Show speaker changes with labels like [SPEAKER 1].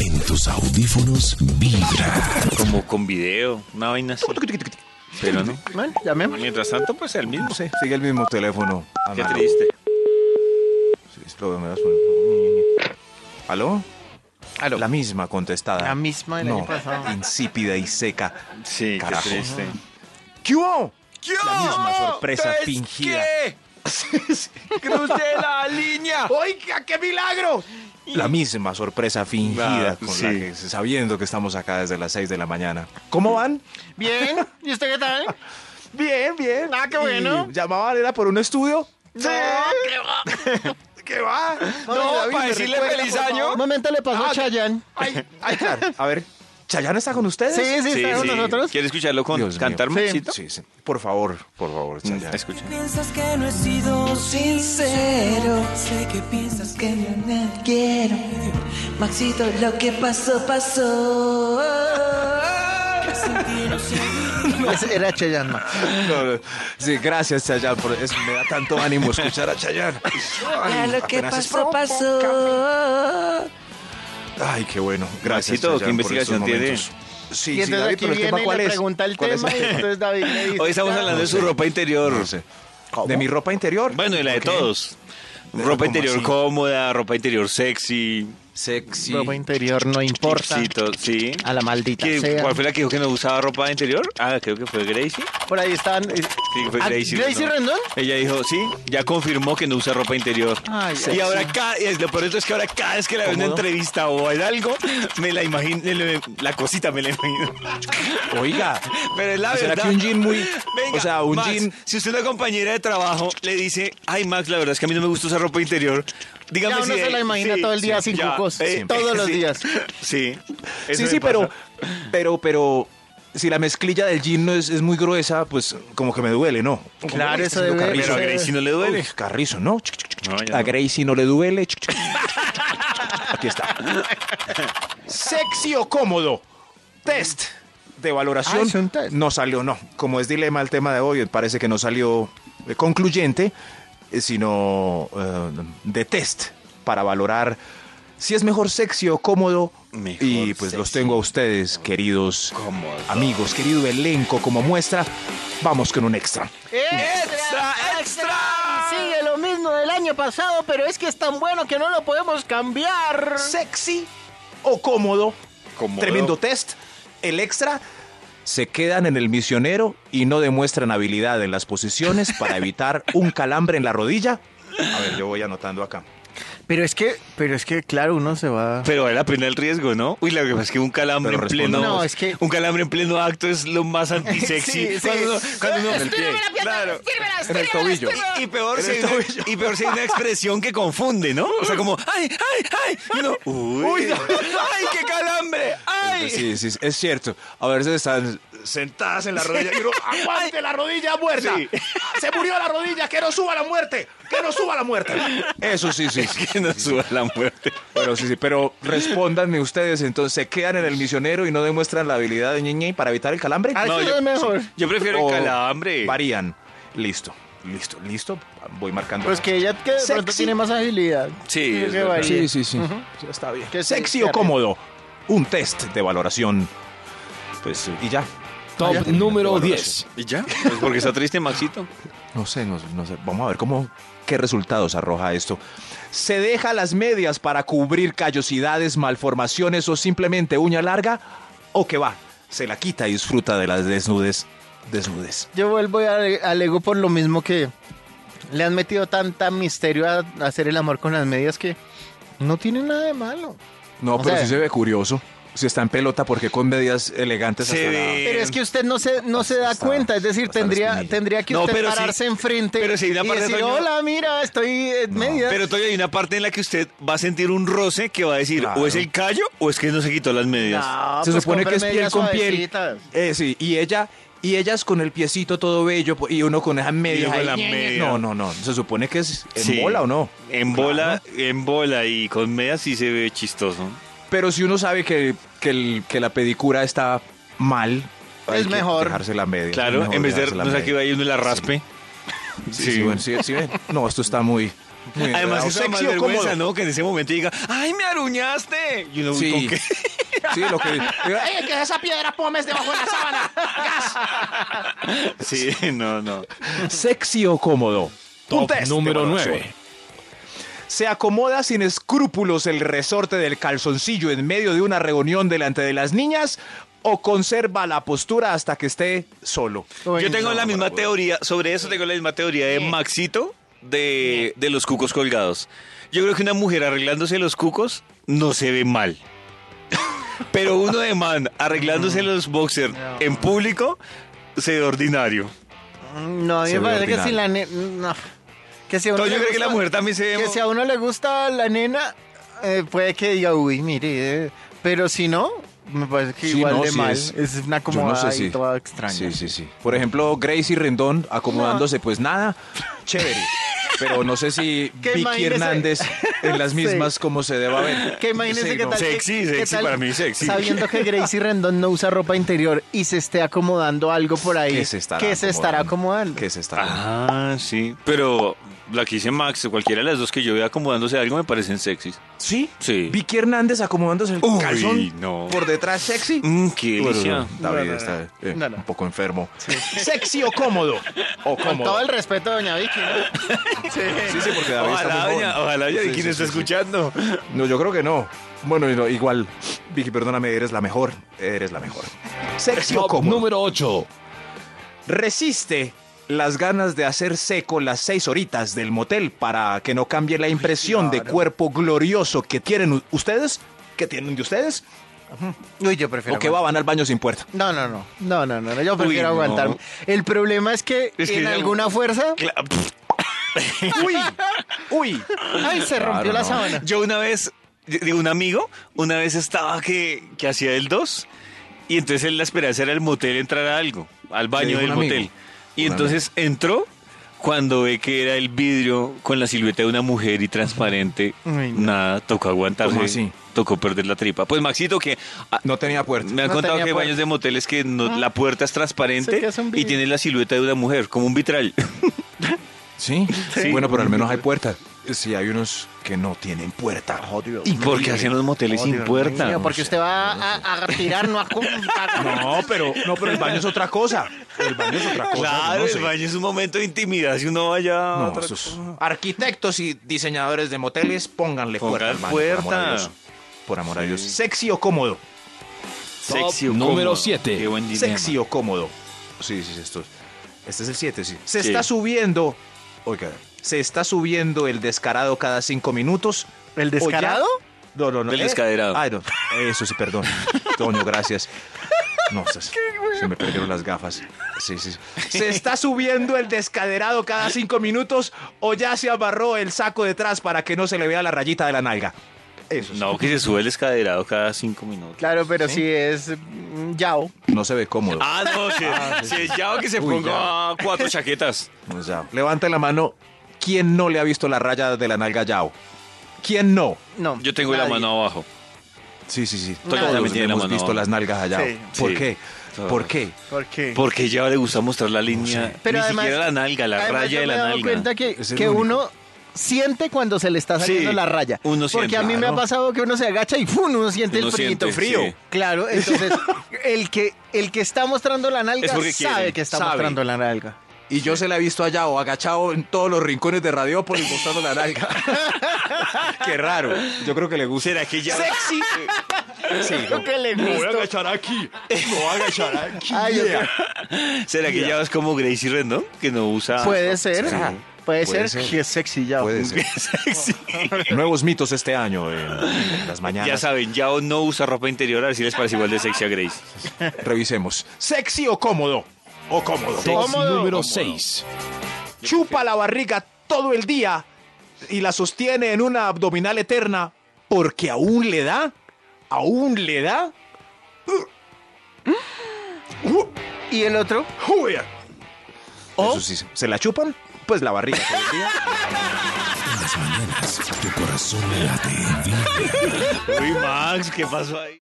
[SPEAKER 1] en tus audífonos vibra.
[SPEAKER 2] Como con video, una vaina así. Pero no.
[SPEAKER 3] Bueno, llamémosle.
[SPEAKER 2] Mientras tanto, pues el mismo.
[SPEAKER 4] Sí, sigue el mismo teléfono.
[SPEAKER 2] Qué
[SPEAKER 4] Analógico.
[SPEAKER 2] triste.
[SPEAKER 4] Sí, esto me da su- ¿Aló?
[SPEAKER 3] Aló.
[SPEAKER 4] La misma contestada.
[SPEAKER 3] La misma del
[SPEAKER 4] no,
[SPEAKER 3] año pasado.
[SPEAKER 4] insípida y seca.
[SPEAKER 2] Sí,
[SPEAKER 4] Carajo.
[SPEAKER 2] qué triste.
[SPEAKER 4] ¿Qué hubo? La misma sorpresa fingida.
[SPEAKER 2] ¡Crucé la línea!
[SPEAKER 3] ¡Oiga, qué milagro!
[SPEAKER 4] La misma sorpresa fingida
[SPEAKER 2] Ah,
[SPEAKER 4] con
[SPEAKER 2] sí.
[SPEAKER 4] la que, sabiendo que estamos acá desde las 6 de la mañana. ¿Cómo van?
[SPEAKER 3] Bien, ¿y usted qué tal?
[SPEAKER 4] Bien, bien.
[SPEAKER 3] Ah, qué bueno.
[SPEAKER 4] ¿Y ¿Llamaban era por un estudio?
[SPEAKER 3] No, qué va.
[SPEAKER 4] ¿Qué va?
[SPEAKER 3] No,
[SPEAKER 2] para decirle feliz año.
[SPEAKER 3] Un momento le pasó a Chayanne.
[SPEAKER 4] Ay, ay, claro. A ver, ¿Chayana está con ustedes?
[SPEAKER 3] Sí, sí,
[SPEAKER 2] Sí,
[SPEAKER 3] está con
[SPEAKER 2] sí.
[SPEAKER 3] nosotros.
[SPEAKER 2] ¿Quiere escucharlo con
[SPEAKER 4] Dios mío.
[SPEAKER 2] cantar
[SPEAKER 3] Sí.
[SPEAKER 2] Maxito?
[SPEAKER 4] Sí, sí. Por favor, por favor,
[SPEAKER 2] Mm,
[SPEAKER 4] Chayanne.
[SPEAKER 2] Escucha.
[SPEAKER 5] Piensas que no he sido sincero. Sé que piensas que yo no quiero. Maxito, lo que pasó, pasó. Que sin ti no sé.
[SPEAKER 3] Ese Era Chayanne. Max.
[SPEAKER 4] No, no. Sí, gracias, Chayanne. Por eso me da tanto ánimo escuchar a Chayanne. Ay,
[SPEAKER 5] Ya Ah, lo que
[SPEAKER 4] apenas es-
[SPEAKER 5] pasó, pasó.
[SPEAKER 4] Ay, qué bueno. Gracias,
[SPEAKER 2] Maxito, ¿qué
[SPEAKER 4] Chayanne, por
[SPEAKER 2] investigación
[SPEAKER 4] estos
[SPEAKER 2] tiene?
[SPEAKER 4] momentos. Sí,
[SPEAKER 3] Y
[SPEAKER 4] sí,
[SPEAKER 3] entonces
[SPEAKER 4] David,
[SPEAKER 3] aquí
[SPEAKER 4] pero el tema,
[SPEAKER 3] viene y
[SPEAKER 4] ¿cuál
[SPEAKER 3] le
[SPEAKER 4] es?
[SPEAKER 3] pregunta el
[SPEAKER 4] ¿Cuál es?
[SPEAKER 3] tema y entonces David le dice...
[SPEAKER 2] Hoy estamos hablando de su ropa interior.
[SPEAKER 4] No sé. ¿De mi ropa interior?
[SPEAKER 2] Bueno, y la de
[SPEAKER 4] Ok.
[SPEAKER 2] todos.
[SPEAKER 4] Pero
[SPEAKER 2] Ropa
[SPEAKER 4] ¿cómo
[SPEAKER 2] interior
[SPEAKER 4] así?
[SPEAKER 2] cómoda, ropa interior sexy,
[SPEAKER 4] Sexy.
[SPEAKER 3] Ropa interior no importa.
[SPEAKER 2] porcito, sí.
[SPEAKER 3] A la maldita
[SPEAKER 2] ¿Qué-
[SPEAKER 3] sea.
[SPEAKER 2] ¿Cuál fue la que dijo que no usaba ropa interior? Ah, creo que fue Gracie.
[SPEAKER 3] Por ahí están...
[SPEAKER 2] Sí, fue
[SPEAKER 3] Ah,
[SPEAKER 2] Gracie.
[SPEAKER 3] ¿Gracie Rendón?
[SPEAKER 2] Ella dijo, sí, ya confirmó que no usa ropa interior.
[SPEAKER 3] Ay,
[SPEAKER 2] y
[SPEAKER 3] sexy.
[SPEAKER 2] ahora cada, es- lo peor de todo es que ahora cada vez que la veo en una
[SPEAKER 4] ¿Cómodo?
[SPEAKER 2] entrevista o en algo, me la imagino, me- me- la cosita me la imagino.
[SPEAKER 4] Oiga,
[SPEAKER 2] Pero es la
[SPEAKER 4] ¿será
[SPEAKER 2] verdad.
[SPEAKER 4] que un jean muy...
[SPEAKER 2] Venga,
[SPEAKER 4] o sea, un
[SPEAKER 2] Max,
[SPEAKER 4] jean...
[SPEAKER 2] Si usted es una compañera de trabajo le dice, ay Max, la verdad es que a mí no me gusta usar ropa interior. Dígame
[SPEAKER 3] Ya uno
[SPEAKER 2] si
[SPEAKER 3] se la imagina todo el día sin
[SPEAKER 2] ya, eh,
[SPEAKER 3] cucos, todos los días.
[SPEAKER 2] Sí. eso
[SPEAKER 4] Sí,
[SPEAKER 2] me
[SPEAKER 4] sí, pero,
[SPEAKER 2] pasa.
[SPEAKER 4] pero, pero... Si la mezclilla del jean no es, es muy gruesa, pues como que me duele, ¿no? Como,
[SPEAKER 3] Claro,
[SPEAKER 4] uy,
[SPEAKER 3] eso
[SPEAKER 4] está haciendo
[SPEAKER 3] debe-
[SPEAKER 2] Pero a Gracie no le duele.
[SPEAKER 4] Uy, carrizo, ¿no? Chic, chic, chic,
[SPEAKER 2] No, ya
[SPEAKER 4] A
[SPEAKER 2] no.
[SPEAKER 4] Gracie no le duele. Chic, chic, chic, chic, chic. Aquí está. Sexy o cómodo. Test de
[SPEAKER 3] Ah,
[SPEAKER 4] valoración.
[SPEAKER 3] es un test.
[SPEAKER 4] No salió, no. Como es dilema el tema de hoy, parece que no salió eh, concluyente, eh, sino eh, de test para valorar si es mejor sexy o cómodo.
[SPEAKER 2] Mejor
[SPEAKER 4] y pues los
[SPEAKER 2] sexy.
[SPEAKER 4] tengo a ustedes, queridos
[SPEAKER 2] Cómodo.
[SPEAKER 4] amigos, querido elenco, como muestra. Vamos con un extra.
[SPEAKER 2] ¡Extra, extra!
[SPEAKER 3] ah, Sigue lo mismo del año pasado, pero es que es tan bueno que no lo podemos cambiar.
[SPEAKER 4] sexy o cómodo.
[SPEAKER 2] Cómodo.
[SPEAKER 4] Tremendo test. El extra. Se quedan en el misionero y no demuestran habilidad en las posiciones para evitar un calambre en la rodilla. A ver, yo voy anotando acá.
[SPEAKER 3] Pero es que, pero es que, claro, uno se va.
[SPEAKER 2] Pero vale la pena el riesgo, ¿no? Uy, la verdad es que un calambre
[SPEAKER 4] Pero
[SPEAKER 2] en pleno.
[SPEAKER 3] respondamos. No, es que-
[SPEAKER 2] Un calambre en pleno acto es lo más antisexy.
[SPEAKER 3] Sí, sí.
[SPEAKER 2] Cuando uno- cuando uno- Claro.
[SPEAKER 4] En el tobillo.
[SPEAKER 2] Y, y peor si hay una, y peor si hay una expresión que confunde, ¿no? O sea, como, ¡ay, ay, ay! Y uno, ¡uy! ¡Ay, qué calambre! ¡Ay!
[SPEAKER 4] Sí, sí, es cierto. A veces están sentadas en la rodilla. y uno, ¡Aguante la rodilla muerta! ¡Se murió la rodilla! ¡Que no suba la muerte! ¡Que no suba la muerte! Eso sí, sí. sí.
[SPEAKER 2] Que no suba la muerte.
[SPEAKER 4] Pero sí, sí, pero respóndanme ustedes, entonces, ¿se quedan en el misionero y no demuestran la habilidad de ñeñe para evitar el calambre?
[SPEAKER 3] Ah,
[SPEAKER 2] No,
[SPEAKER 3] eso
[SPEAKER 2] yo-
[SPEAKER 3] es mejor.
[SPEAKER 2] Yo prefiero
[SPEAKER 4] O
[SPEAKER 2] el calambre.
[SPEAKER 4] Varían. Listo, listo, listo. Voy marcando.
[SPEAKER 3] Pues que ella que de pronto
[SPEAKER 4] Sexy.
[SPEAKER 3] tiene más agilidad.
[SPEAKER 2] Sí,
[SPEAKER 3] Creo
[SPEAKER 2] es
[SPEAKER 3] que
[SPEAKER 2] verdad.
[SPEAKER 3] varía.
[SPEAKER 4] Sí, sí, sí. Ya está bien.
[SPEAKER 3] Que se-
[SPEAKER 4] ¿Sexy
[SPEAKER 3] que
[SPEAKER 4] o
[SPEAKER 3] arre-
[SPEAKER 4] cómodo? Un test de valoración. Pues, y ya.
[SPEAKER 1] Top
[SPEAKER 4] Ya terminé
[SPEAKER 1] número
[SPEAKER 4] tu
[SPEAKER 1] 10.
[SPEAKER 2] ¿Y ya? Pues porque está triste Maxito.
[SPEAKER 4] valoración. No sé, no, no sé. Vamos a ver cómo, qué resultados arroja esto. ¿Se deja las medias para cubrir callosidades, malformaciones o simplemente uña larga? ¿O que va? Se la quita y disfruta de las desnudes. Desnudes.
[SPEAKER 3] Yo vuelvo a, a Lego por lo mismo que le han metido tanta misterio a hacer el amor con las medias que no tiene nada de malo.
[SPEAKER 4] No,
[SPEAKER 3] O
[SPEAKER 4] pero
[SPEAKER 3] sea-
[SPEAKER 4] sí se ve curioso. Si está en pelota, porque con medidas elegantes
[SPEAKER 2] Se
[SPEAKER 4] hasta la-
[SPEAKER 2] ve.
[SPEAKER 3] Pero es que usted no se, no se da
[SPEAKER 4] Hasta-
[SPEAKER 3] cuenta, es decir,
[SPEAKER 4] hasta la
[SPEAKER 3] tendría,
[SPEAKER 4] espinilla.
[SPEAKER 3] tendría que
[SPEAKER 2] No,
[SPEAKER 3] usted
[SPEAKER 2] pero sí-
[SPEAKER 3] pararse enfrente
[SPEAKER 2] pero sí,
[SPEAKER 3] y
[SPEAKER 2] la parte de
[SPEAKER 3] decir,
[SPEAKER 2] Toño-
[SPEAKER 3] hola, mira, estoy en medias.
[SPEAKER 2] Pero todavía hay una parte en la que usted va a sentir un roce que va a decir,
[SPEAKER 4] Claro.
[SPEAKER 2] o es el callo o es que no se quitó las medias.
[SPEAKER 3] No,
[SPEAKER 4] Se
[SPEAKER 3] pues
[SPEAKER 4] supone que
[SPEAKER 3] compre
[SPEAKER 4] es piel
[SPEAKER 3] medias
[SPEAKER 4] con piel.
[SPEAKER 3] suavecitas.
[SPEAKER 4] Eh, sí, y ella y ellas con el piecito todo bello po- y uno con esas medias.
[SPEAKER 2] uno con
[SPEAKER 4] ahí.
[SPEAKER 2] la media.
[SPEAKER 4] No, no, no. Se supone que es en
[SPEAKER 2] Sí.
[SPEAKER 4] bola o no.
[SPEAKER 2] En bola, en bola y con medias sí se ve chistoso.
[SPEAKER 4] Pero si uno sabe que, que, el- que la pedicura está mal, hay
[SPEAKER 3] Es
[SPEAKER 4] que
[SPEAKER 3] mejor.
[SPEAKER 4] dejarse la media. Es
[SPEAKER 2] Claro,
[SPEAKER 4] mejor
[SPEAKER 2] en vez de
[SPEAKER 4] dejarse la
[SPEAKER 2] no sé
[SPEAKER 4] media.
[SPEAKER 2] que va y uno la raspe.
[SPEAKER 4] Sí, sí, bueno, sí, sí, ven. No, esto está muy. Muy
[SPEAKER 2] Además,
[SPEAKER 4] enredado.
[SPEAKER 2] que es más
[SPEAKER 4] Sexy o cómodo.
[SPEAKER 2] vergüenza, ¿no? Que en ese momento diga, ¡ay, me aruñaste! Y uno,
[SPEAKER 4] Sí.
[SPEAKER 2] ¿con qué?
[SPEAKER 4] Sí, lo que.
[SPEAKER 6] ¡Ey, que esa piedra pomes debajo de la sábana!
[SPEAKER 2] Sí, no, no.
[SPEAKER 4] Sexy o cómodo. Un
[SPEAKER 7] Top
[SPEAKER 4] test de
[SPEAKER 7] número
[SPEAKER 4] evaluación.
[SPEAKER 7] 9.
[SPEAKER 4] Se acomoda sin escrúpulos el resorte del calzoncillo en medio de una reunión delante de las niñas o conserva la postura hasta que esté solo.
[SPEAKER 3] Uy,
[SPEAKER 2] Yo tengo
[SPEAKER 3] no.
[SPEAKER 2] la misma teoría, sobre eso tengo la misma teoría de Maxito de, de los cucos colgados. Yo creo que una mujer arreglándose los cucos no se ve mal. Pero uno de man
[SPEAKER 4] Mm.
[SPEAKER 2] arreglándose los boxers en público se ve ordinario.
[SPEAKER 3] Mm, No, a mí
[SPEAKER 4] Se
[SPEAKER 3] me
[SPEAKER 4] ve
[SPEAKER 3] parece que si
[SPEAKER 4] ordinario.
[SPEAKER 3] la nena. No. Que si a uno
[SPEAKER 2] Entonces yo
[SPEAKER 3] le
[SPEAKER 2] creo que la
[SPEAKER 3] gusta-
[SPEAKER 2] mujer también se ve
[SPEAKER 3] Que si a uno le gusta la nena, eh, puede que diga, uy, mire. eh", Pero si no, me parece que
[SPEAKER 4] Sí,
[SPEAKER 3] igual
[SPEAKER 4] no,
[SPEAKER 3] de
[SPEAKER 4] sí
[SPEAKER 3] mal.
[SPEAKER 4] es.
[SPEAKER 3] Es, una
[SPEAKER 4] Yo
[SPEAKER 3] acomodada
[SPEAKER 4] no sé
[SPEAKER 3] ahí
[SPEAKER 4] si-
[SPEAKER 3] toda extraña.
[SPEAKER 4] Sí, sí, sí. Por ejemplo, Gracie Rendón acomodándose, pues nada, chévere. Pero no sé si
[SPEAKER 3] Que
[SPEAKER 4] Vicky
[SPEAKER 3] imagínese-
[SPEAKER 4] Hernández en las
[SPEAKER 3] Sí.
[SPEAKER 4] mismas como se deba ver.
[SPEAKER 3] Que imagínese
[SPEAKER 4] Sí,
[SPEAKER 3] qué
[SPEAKER 4] no.
[SPEAKER 3] tal. que-
[SPEAKER 2] Sexy,
[SPEAKER 3] qué
[SPEAKER 2] sexy, para mí sexy.
[SPEAKER 3] Sabiendo que Gracie Rendón no usa ropa interior y se esté acomodando algo por ahí.
[SPEAKER 4] ¿Qué se estará
[SPEAKER 3] que se estará acomodando.
[SPEAKER 4] ¿Qué se estará
[SPEAKER 2] Ah, sí. Pero la que hice Max, cualquiera de las dos que yo vea acomodándose algo me parecen sexys.
[SPEAKER 4] ¿Sí?
[SPEAKER 2] Sí.
[SPEAKER 4] Vicky Hernández acomodándose el
[SPEAKER 2] Uy,
[SPEAKER 4] calzón
[SPEAKER 2] no.
[SPEAKER 4] por detrás sexy.
[SPEAKER 2] Mmm, qué delicia.
[SPEAKER 4] Mm, David
[SPEAKER 3] No, no,
[SPEAKER 4] está eh,
[SPEAKER 3] No, no.
[SPEAKER 4] un poco enfermo. ¿Sexy o cómodo? O
[SPEAKER 3] Con todo
[SPEAKER 4] cómodo.
[SPEAKER 3] el respeto, doña Vicky. ¿no?
[SPEAKER 4] Sí, sí, porque David está
[SPEAKER 2] Ojalá,
[SPEAKER 4] muy
[SPEAKER 2] doña-
[SPEAKER 4] joven.
[SPEAKER 2] ojalá, ya
[SPEAKER 4] Sí,
[SPEAKER 2] quién
[SPEAKER 4] sí,
[SPEAKER 2] está
[SPEAKER 4] sí, sí.
[SPEAKER 2] escuchando.
[SPEAKER 4] No, yo creo que no. Bueno, y no, igual, Vicky, perdóname, eres la mejor. Eres la mejor. Sexy o
[SPEAKER 7] Top
[SPEAKER 4] cómodo.
[SPEAKER 7] número 8.
[SPEAKER 4] resiste las ganas de hacer seco las seis horitas del motel para que no cambie la impresión de cuerpo glorioso que tienen u- ustedes, que tienen de ustedes,
[SPEAKER 3] Uy, yo prefiero.
[SPEAKER 4] o que van al baño sin puerta.
[SPEAKER 3] No, no, no. No, no, no. no, Yo prefiero
[SPEAKER 2] no.
[SPEAKER 3] aguantarme. El problema es que
[SPEAKER 2] Es que
[SPEAKER 3] en
[SPEAKER 2] ya-
[SPEAKER 3] alguna fuerza.
[SPEAKER 2] Cla-
[SPEAKER 4] ¡Uy! ¡Uy!
[SPEAKER 3] Ay, se
[SPEAKER 4] Claro,
[SPEAKER 3] rompió la
[SPEAKER 4] no.
[SPEAKER 3] sábana.
[SPEAKER 2] Yo una vez, digo, un amigo, una vez estaba que, que hacía el 2 y entonces él la esperanza era el motel entrar a algo, al baño
[SPEAKER 4] dijo
[SPEAKER 2] del
[SPEAKER 4] un
[SPEAKER 2] motel.
[SPEAKER 4] amigo?
[SPEAKER 2] Y
[SPEAKER 4] Un
[SPEAKER 2] entonces entró cuando ve que era el vidrio con la silueta de una mujer y transparente,
[SPEAKER 3] Ay, no.
[SPEAKER 2] nada, tocó aguantarse.
[SPEAKER 4] ¿Cómo así?
[SPEAKER 2] Tocó perder la tripa. Pues Maxito, que ah,
[SPEAKER 4] No tenía puerta. Ah.
[SPEAKER 2] me han
[SPEAKER 3] No
[SPEAKER 2] contado que
[SPEAKER 3] tenía
[SPEAKER 2] hay
[SPEAKER 3] puerta.
[SPEAKER 2] baños de moteles que no- la puerta es
[SPEAKER 3] Sí,
[SPEAKER 2] transparente
[SPEAKER 3] que es un
[SPEAKER 2] y
[SPEAKER 3] vidrio.
[SPEAKER 2] tiene la silueta de una mujer, como un vitral.
[SPEAKER 4] ¿Sí? Bueno, pero al menos hay puerta. Sí, hay unos que no tienen puerta. Joder.
[SPEAKER 2] ¿Y por qué hacen los moteles sin puerta?
[SPEAKER 3] Niño, porque usted va a, a retirar, no a contar.
[SPEAKER 4] No, pero, no, pero el baño es otra cosa. El baño es otra cosa.
[SPEAKER 2] Claro,
[SPEAKER 4] no
[SPEAKER 2] el
[SPEAKER 4] sé.
[SPEAKER 2] baño es un momento de intimidad si uno vaya a
[SPEAKER 4] No,
[SPEAKER 2] otra
[SPEAKER 4] eso es- Arquitectos y diseñadores de moteles, pónganle
[SPEAKER 2] Pongan
[SPEAKER 4] al baño, Por
[SPEAKER 2] puerta.
[SPEAKER 4] amor a Dios. Por amor a Dios. ¿Sexy o cómodo?
[SPEAKER 2] Sexy o
[SPEAKER 7] número
[SPEAKER 2] cómodo.
[SPEAKER 7] siete.
[SPEAKER 2] Qué buen dilema.
[SPEAKER 4] Sexy o cómodo. Sí, sí, esto. Este es el 7, sí. Se
[SPEAKER 2] Sí.
[SPEAKER 4] está subiendo. Oiga. Se está subiendo el descarado cada cinco minutos.
[SPEAKER 3] ¿El
[SPEAKER 4] o ya-
[SPEAKER 3] descarado?
[SPEAKER 4] No, no, no.
[SPEAKER 2] Del descaderado.
[SPEAKER 4] Ay, no. Eso sí, perdón. Toño, gracias. No, se, se me perdieron las gafas. Sí, sí. Se está subiendo el descaderado cada cinco minutos o ya se amarró el saco detrás para que no se le vea la rayita de la nalga. Eso sí.
[SPEAKER 2] No, que se sube el escaderado cada cinco minutos.
[SPEAKER 3] Claro, pero si es mm, yao.
[SPEAKER 4] No se ve cómodo.
[SPEAKER 2] Ah, no, si, si es ya que se
[SPEAKER 4] Uy,
[SPEAKER 2] ponga
[SPEAKER 4] ya.
[SPEAKER 2] cuatro chaquetas.
[SPEAKER 4] O sea, levante la mano. ¿Quién no le ha visto la raya de la nalga a Yao? ¿Quién no?
[SPEAKER 3] No.
[SPEAKER 2] Yo tengo la
[SPEAKER 3] nadie.
[SPEAKER 2] mano abajo.
[SPEAKER 4] Sí, sí, sí.
[SPEAKER 2] Toño
[SPEAKER 4] Todos
[SPEAKER 2] también tiene la
[SPEAKER 4] hemos
[SPEAKER 2] mano
[SPEAKER 4] visto
[SPEAKER 2] abajo.
[SPEAKER 4] las nalgas a Yao.
[SPEAKER 3] Sí,
[SPEAKER 4] ¿Por
[SPEAKER 2] sí.
[SPEAKER 4] qué?
[SPEAKER 2] Todos.
[SPEAKER 4] ¿Por qué?
[SPEAKER 3] ¿Por qué?
[SPEAKER 2] Porque ya le gusta mostrar la línea.
[SPEAKER 3] Pero
[SPEAKER 2] ni
[SPEAKER 3] además-
[SPEAKER 2] siquiera la nalga, la
[SPEAKER 3] Además,
[SPEAKER 2] raya
[SPEAKER 3] yo
[SPEAKER 2] de la
[SPEAKER 3] me he dado
[SPEAKER 2] nalga.
[SPEAKER 3] cuenta que,
[SPEAKER 4] Es el
[SPEAKER 3] que
[SPEAKER 4] único.
[SPEAKER 3] uno siente cuando se le está saliendo
[SPEAKER 2] Sí,
[SPEAKER 3] la raya.
[SPEAKER 2] uno
[SPEAKER 3] Porque
[SPEAKER 2] siente,
[SPEAKER 3] a mí me
[SPEAKER 2] claro.
[SPEAKER 3] ha pasado que uno se agacha y ¡fum! uno siente
[SPEAKER 2] Uno
[SPEAKER 3] el frío.
[SPEAKER 2] siente, sí.
[SPEAKER 3] Claro, entonces el que, el que está mostrando la nalga
[SPEAKER 2] Es porque quiere,
[SPEAKER 3] sabe que está
[SPEAKER 4] sabe.
[SPEAKER 3] mostrando la nalga.
[SPEAKER 4] Y yo se la he visto a Yao agachado en todos los rincones de Radiópolis mostrando la nalga. qué raro. Yo creo que le gusta.
[SPEAKER 2] Uh, ¿Será que ya?
[SPEAKER 4] ¡Sexy! sí.
[SPEAKER 3] Lo que le gusta.
[SPEAKER 4] agachar aquí. No voy a agachar aquí.
[SPEAKER 3] Ay, yo creo-
[SPEAKER 2] ¿Será que ya es como Gracie Rendón? Que no usa.
[SPEAKER 3] Puede ser.
[SPEAKER 4] sí.
[SPEAKER 3] Puede,
[SPEAKER 4] Puede
[SPEAKER 3] ser,
[SPEAKER 4] ser.
[SPEAKER 3] que es sexy ya.
[SPEAKER 4] Puede ser.
[SPEAKER 2] Sexy.
[SPEAKER 4] Nuevos mitos este año en, en las mañanas.
[SPEAKER 2] Ya saben, ya no usa ropa interior, a ver si les parece igual de sexy a Grace.
[SPEAKER 4] Revisemos. ¿Sexy o cómodo? O cómodo.
[SPEAKER 7] Top número 6.
[SPEAKER 4] chupa la barriga todo el día y la sostiene en una abdominal eterna porque aún le da, aún le da.
[SPEAKER 3] ¿Y el otro?
[SPEAKER 4] ¿O? Eso sí, ¿se la chupan? Pues la barriga todo el día.
[SPEAKER 1] En las mañanas, tu corazón late, vibra.
[SPEAKER 2] Uy, Max, ¿qué pasó ahí?